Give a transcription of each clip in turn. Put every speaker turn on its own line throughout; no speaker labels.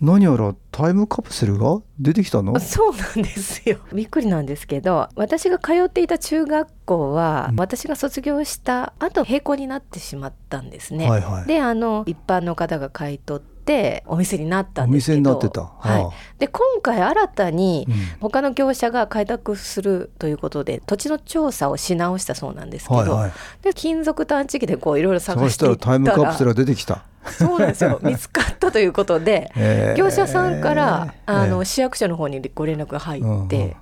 何やらタイムカプセルが出てきたの
そうなんで すよ。びっくりなんですけど、私が通っていた中学校は、
うん
私が卒業した後閉校になってしまったんですね。
はいはい
で、あの一般の方が買い取ってお店になった
お
んですけど、
店になってた、
はい。
は
で、今回新たに
あうん
他の業者が開拓するということで土地の調査をし直したそうなんですけど、
はいはい
で金属探知機でこういろいろ探
探
し
してた
い
ら
った
タイ
ら
ムカプセルが出てきた、
そうなんですよ見つかったということで、
えー
業者さんから、あの
え
市役所の方にご連絡が入って、
うん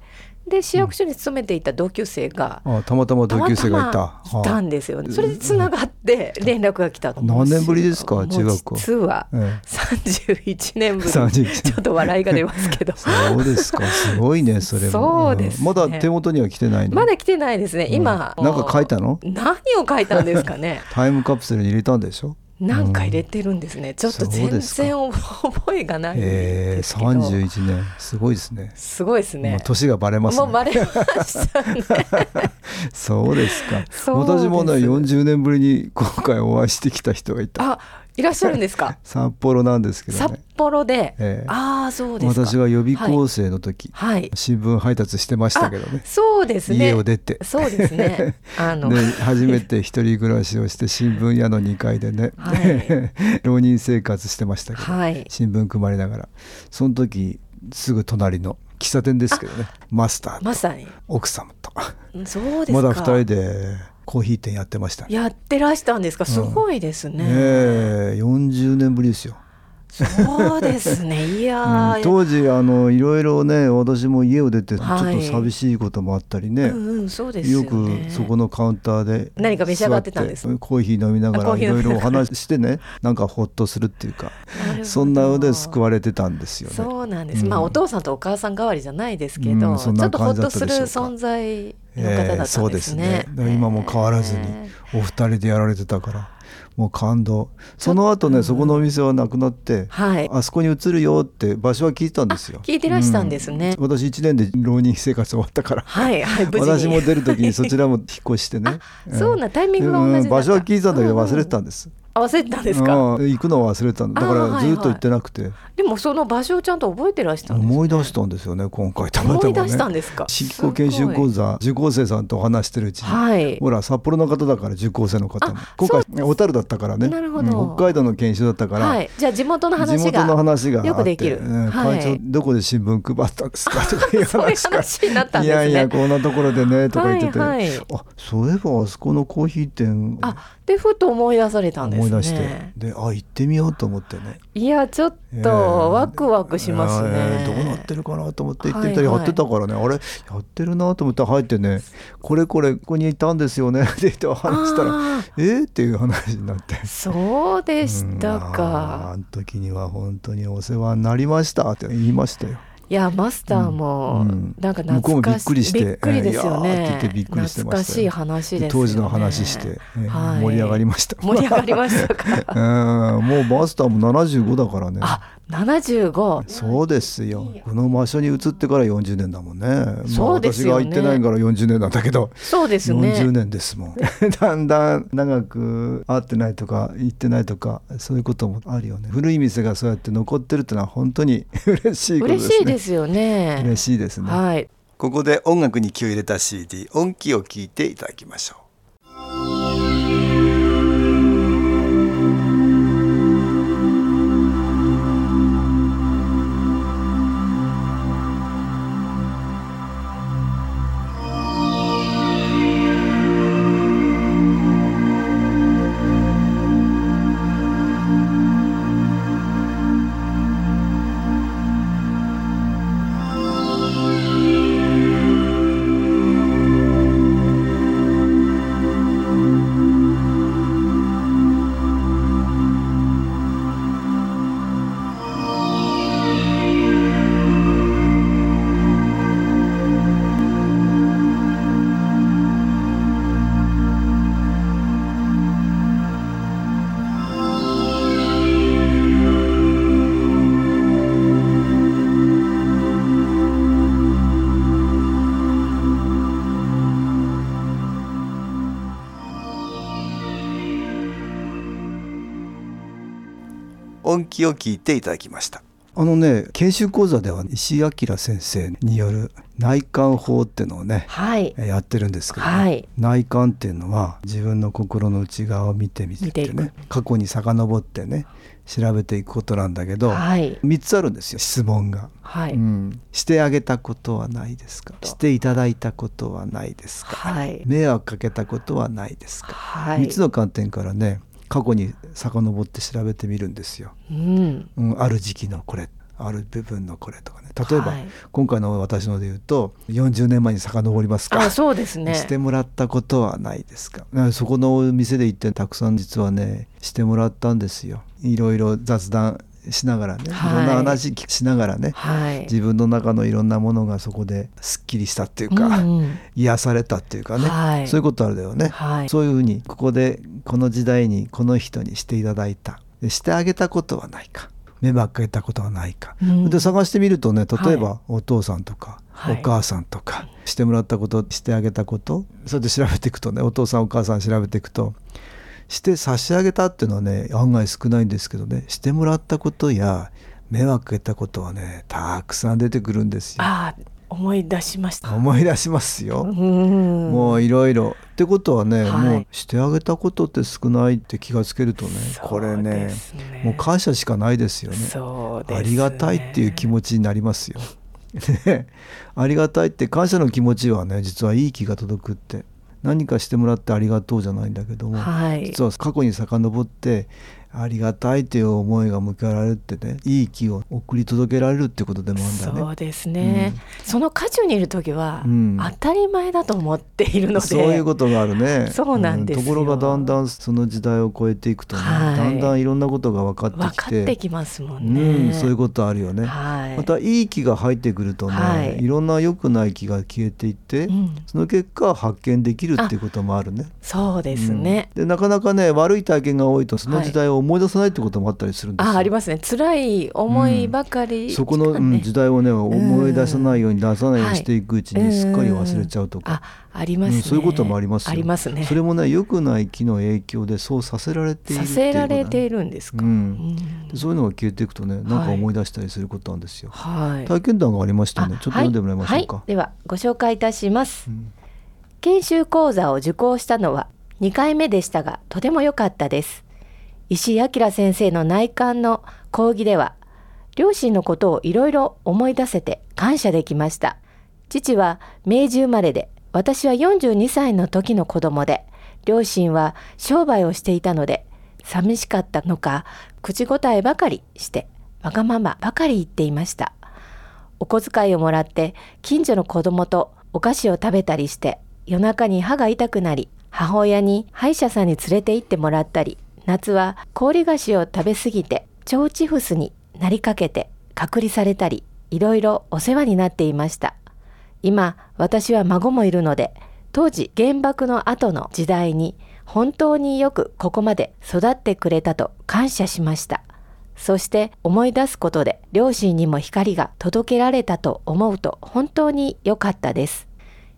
で市役所に勤めていた同級生が、
ーあたまたま同級生がいた
たまたまいた
はあ
んですよね。それでつながって連絡が来たと思うんよ
何年ぶりですか
もう
中学校
実は
え
31年ぶり。
31年
ちょっと笑いが出ますけど。
え そうですかすごいねそれも
そうですね
まだ手元には来てないの
まだ来てないですね。今、
うんなんか書いたの
何を書いたんですかね。
タイムカプセルに入れたんでしょ
何か入れてるんですね。ちょっと
そう
全
ですか
然覚えがないん
ええ
ですけど。
三十一年すごいですね。
すごいですね
もう。年がバレます
もう
ね。
バレましたね。
そうですか。
そうです
私もね四十年ぶりに今回お会いしてきた人がいた。
あ、いらっしゃるんですか。
札幌なん ですけど
札
ね。
幌で。
ええ
ああ、そうですか。
私は予備校生の時、
はい。
新聞配達してましたけどね
あ。そうですね。
家を出て
そうで すね。あの、
ね、初めて一人暮らしをして新聞屋の2階でね、
はい
浪人生活してましたけど、
はい
新聞配りながらその時すぐ隣の喫茶店ですけどねマスターと
まさに。
奥様と
そうですか。
まだ2人でコーヒー店やってましたね。
やってらしたんですか。すごいですね。
ねえ40年ぶりですよ、
そうです ね。いやー、
うん当時あのいろいろね私も家を出てちょっと寂しいこともあったりね、
うんうん、そうですよ
よ
ね。
くそこのカウンターで
何か召し上がってたんです
座っコーヒー飲みなが
あコ
ら
ー
い
ヒー飲
ろい
みなが
ろ
ら
お話ししてねなんかほっとするっていうか
なるほど
そんな腕救われてたんですよね。
そうなんです、
うん
まあお父さんとお母さん代わりじゃないですけ
う
ど、
んそん
ちょ
な
っとほ
感
っ
じだ
と
った
す
で
る
しょうか
存在の方だったんですね、
ええそうですねだから今も変わらずに
え
お二人でやられてたからもう感動その後ねそこのお店はなくなって
えはい
あそこに移るよって場所は聞いてたんですよ
聞いてらしたんですね、
うん私1年で浪人生活終わったから
はいはい無事に
私も出る時にそちらも引っ越してね
あそうなんタイミングが同じなんだ
うん場所は聞いてたんだけど忘れてたんです
合わせてたんですか、
うん行くのは忘れてたんだだか
あー
ら
はいは
ず
い
っと行ってなくて
でもその場所をちゃんと覚えてらしたんです
思い出したんですよね今回たまたまね
思い出したんですか
執行研修講
座
座受講生さんとお話してるうちに、
はい
ほら札幌の方だから受講生の方も
あ
今回小樽だったからね
なるほど
うん北海道の研修だったから、
はいじゃあ地元の話が
地元の話があって
よくできる、
うん
は
会長
い
どこで新聞配ったんです かとかいう
そういう
話から
話になったん
い
です
や
ね
いやこんなところでねとか言ってて、
はいはい
あそういえばあそこのコーヒー店
あでふと思い出されたんですね
思い出して、であ行ってみようと思ってね
いやちょっ
ええ
とワクワクしますね、
ええどうなってるかなと思って行ってみたら
は
や
いはい
ってたからね、あれやってるなと思ったら入ってね「これこれここにいたんですよね」 って言ってお話したら
あー
「 えーっていう話になって。
そうでした
うんあーあ
か。
の時には本当にお世話になりましたって言いましたよ。
いやマスターも
うん
なんか
向こう
懐
もび
か
っ
しい、
くりして
びっくりですよ
いやーって
ね
言ってびっくりしてましたよ
懐かしい話ですよね。
当時の話して、えー
はい
盛り上がりました。
盛り上がりましたか。
うんもうマスターも75だからね。
あ、七十五。
そうですよ。この場所に移ってから40年だもんね。まあ
そうです
私が
よね
行ってないから40年なんだけど。
そうです
40
ね。
年です もんだんだん長く会ってないとか行ってないとかそういうこともあるよね古い店がそうやって残ってるってのは本当に 嬉しいことで
嬉
すね
しいですよ
嬉
ね。
しいですね、
はい。
ここで音楽に気を入れた CD 音気を聞いていただきましょう
「
音気を聞いていただきました
あのね研修講座では石井明先生による内観法っていうのをね
はい
えやってるんですけどね、
はい
内観っていうのは自分の心の内側を見てみるっていう
見
ね過去に遡ってね調べていくことなんだけど、
はい
3つあるんですよ質問が、
は
う
い
ん、してあげたことはないですかしていただいたことはないですか
はい
迷惑かけたことはないですか、
は
三
い
3つの観点からね過去に遡って調べてみるんですよ、
うん
うん、ある時期のこれある部分のこれとかね例えば、
はい
今回の私ので言うと40年前に遡りますか
あそうですね
してもらったことはないですかうんそこのお店で行ってたくさん実はねしてもらったんですよいろいろ雑談しながらね、
はい
い、ろんな話聞きしながらね
はい
自分の中のいろんなものがそこですっきりしたっていうか、
うんうん
癒されたっていうかね、
はい
そういうことあるだよね、
はい
そういうふうにここでこの時代にこの人にしていただいたでしてあげたことはないか目ばっかりたことはないか、
うん
で探してみるとね例え
は
ばお父さんとか、
はい
お母さんとかしてもらったことしてあげたことそれで調べていくとねお父さんお母さん調べていくとして差し上げたっていうのはね案外少ないんですけどねしてもらったことや迷惑かけたことはねたくさん出てくるんですよ。
あー思い出しました
思い出しますよ。
うん
もういろいろ。ってことはね、
はい
もうしてあげたことって少ないって気がつけるとねこれ
そう
ね
ですね
もう感謝しかないですよね
そうですね
ありがたいっていう気持ちになりますよ。ねありがたいって感謝の気持ちはね実はいい気が届くって何かしてもらってありがとうじゃないんだけども、
はい
実は過去に遡ってありがたいっていう思いが向けられるってねいい気を送り届けられるってことでもあるんだよね。
そうですね、その渦中にいる時は、
うん
当たり前だと思っているので
そういうことがあるね
そうなんですよ
ところがだんだんその時代を超えていくとね、
はい
だんだんいろんなことが分かって
分
き
か
て
ってきますも
うん
ね、
ん、そういうことあるよね、
はい
またいい気が入ってくるとね、
はい
い、ろんな良くない気が消えていって、
うん
その結果発見できるっていうこともあるね
そうですね、
うんでなかなかね悪い体験が多いとその時代を思い出さないってこともあったりするんですよ、
あありますね辛い思いばかり、
そこの、
ね
うん時代をね思い出さないように出さないようにしていくうち
うん
にすっかり忘れちゃうとか、
あありますね、
うん、そういうこともありますよ
ありますね
それもね良くない気の影響でそうさせられている
さ
ってい
せ
うこと
ら
だね
れているんですか、
うん
うん
でそういうのが消えていくとねなんか思い出したりすることなんですよ、
はい
体験談がありましたねちょっと
あ
読んでもらいましょうか、
はいはい、ではご紹介いたします
うん
研修講座を受講したのは2回目でしたがとても良かったです石井明先生の内観の講義では両親のことをいろいろ思い出せて感謝できました父は明治生まれで私は42歳の時の子供で両親は商売をしていたので寂しかったのか口答えばかりしてわがままばかり言っていましたお小遣いをもらって近所の子供とお菓子を食べたりして夜中に歯が痛くなり母親に歯医者さんに連れて行ってもらったり夏は氷菓子を食べ過ぎて腸チフスになりかけて隔離されたりいろいろお世話になっていました今私は孫もいるので当時原爆の後の時代に本当によくここまで育ってくれたと感謝しましたそして思い出すことで両親にも光が届けられたと思うと本当に良かったです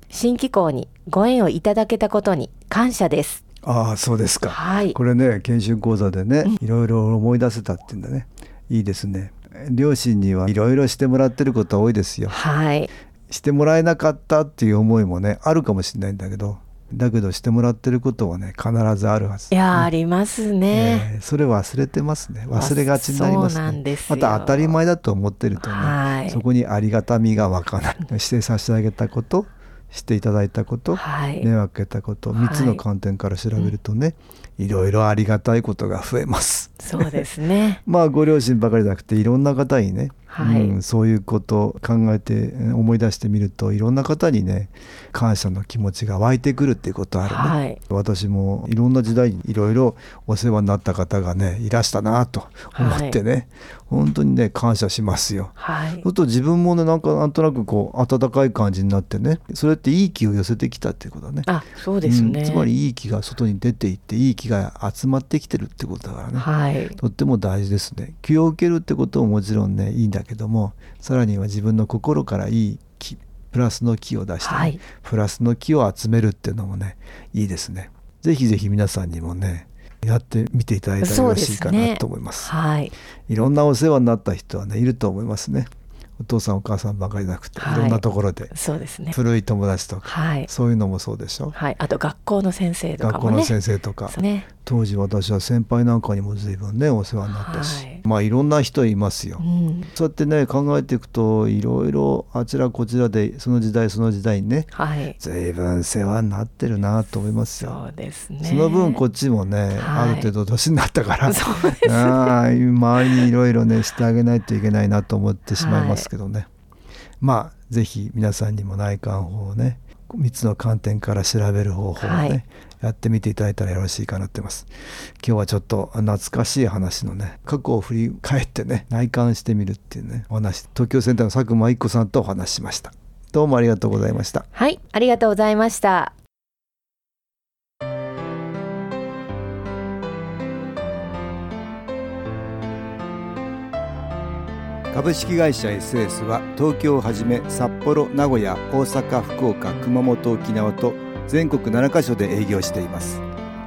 新機構にご縁をいただけたことに感謝です
ああそうですか、
はい
これね研修講座でねいろいろ思い出せたっていうんだねいいですね両親にはいろいろしてもらってることは多いですよ
はい
してもらえなかったっていう思いもねあるかもしれないんだけどだけどしてもらってることはね必ずあるはず
いやーありますね、
えーそれ忘れてますね忘れがちになります
そう
ね
なんですよ
また当たり前だと思ってると
は
ね
い
そこにありがたみがわからないして差し上げたことしていただいたこと、
はい、
迷惑かけたこと
は
3
い
つの観点から調べるとね、い、ろいろありがたいことが増えます。
そうですね
まあご両親ばかりじゃなくていろんな方にね、
はい
うんそういうことを考えてうん思い出してみるといろんな方にね感謝の気持ちが湧いてくるっていうことあるね。
はい
私もいろんな時代にいろいろお世話になった方がねいらしたなと思ってね、本当にね感謝しますよ。
はい
ちょっと自分もねなんかなんとなくこう温かい感じになってねそれっていい気を寄せてきたっていうことだね。
あそうですね、
うんつまりいい気が外に出ていっていい気が集まってきてるってことだからね、
はい
とっても大事ですね気を受けるってことももちろんねいいんだけどもさらには自分の心からいい気プラスの気を出してね、
はい
プラスの気を集めるっていうのもねいいですねぜひぜひ皆さんにもねやってみていただいたらよろしいか
そうです
な
ね
と思います
はい、
いろんなお世話になった人はねいると思いますねお父さんお母さんばかりなくて、
はい
い、ろんなところで
そうですね。
古い友達とか
はい、
そういうのもそうでしょ、
はい、あと学校の先生とか
学
も
校
ね。
の先生とか、
そうね。
当時私は先輩なんかにも随分ねお世話になったし、
はい
まあいろんな人いますよ、
うん、
そうやってね考えていくといろいろあちらこちらでその時代その時代にね
はい、
随分世話になってるなと思いますよ。
そうですね。
その分こっちもね、
はい
ある程度年になったから
そうです。
ああ周りにいろいろねしてあげないといけないなと思ってしまいますけどね、まあ是非皆さんにも内観法をね3つの観点から調べる方法をね、
はい
やってみていただいたらよろしいかなってます今日はちょっと懐かしい話のね過去を振り返ってね内観してみるっていうねお話東京センターの佐久間一子さんとお話ししましたどうもありがとうございました
はい、ありがとうございました。
株式会社 SS は東京をはじめ札幌名古屋大阪福岡熊本沖縄と全国7カ所で営業しています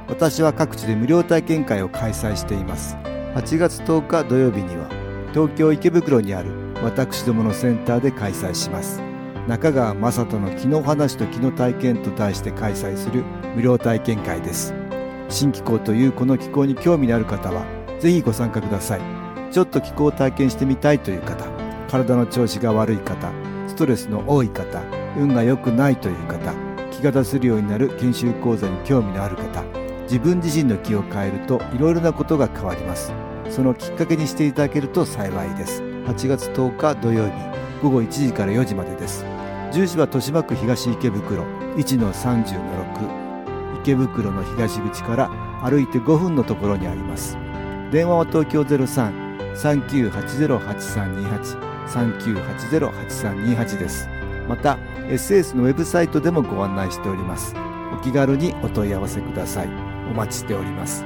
私は各地で無料体験会を開催しています8月10日土曜日には東京池袋にある私どものセンターで開催します中川雅人の「気の話と気の体験」と題して開催する無料体験会です新気候というこの気候に興味のある方はぜひご参加くださいちょっと気候を体験してみたいという方体の調子が悪い方ストレスの多い方運が良くないという方気が出せるようになる研修講座に興味のある方自分自身の気を変えるといろいろなことが変わりますそのきっかけにしていただけると幸いです8月10日土曜日午後1時から4時までです住所は豊島区東池袋1-30-6池袋の東口から歩いて5分のところにあります電話は東京ゼロ三三九八ゼロ八三二八三九八ゼロ八三二八です。また SS のウェブサイトでもご案内しております。お気軽にお問い合わせください。お待ちしております。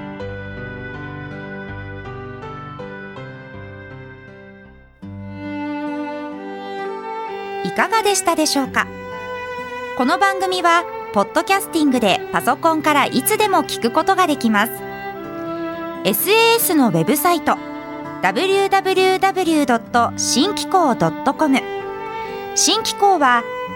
いかがでしたでしょうかこの番組はポッドキャスティングでパソコンからいつでも聞くことができます SAS のウェブサイト www. 新機構 .com 新機構は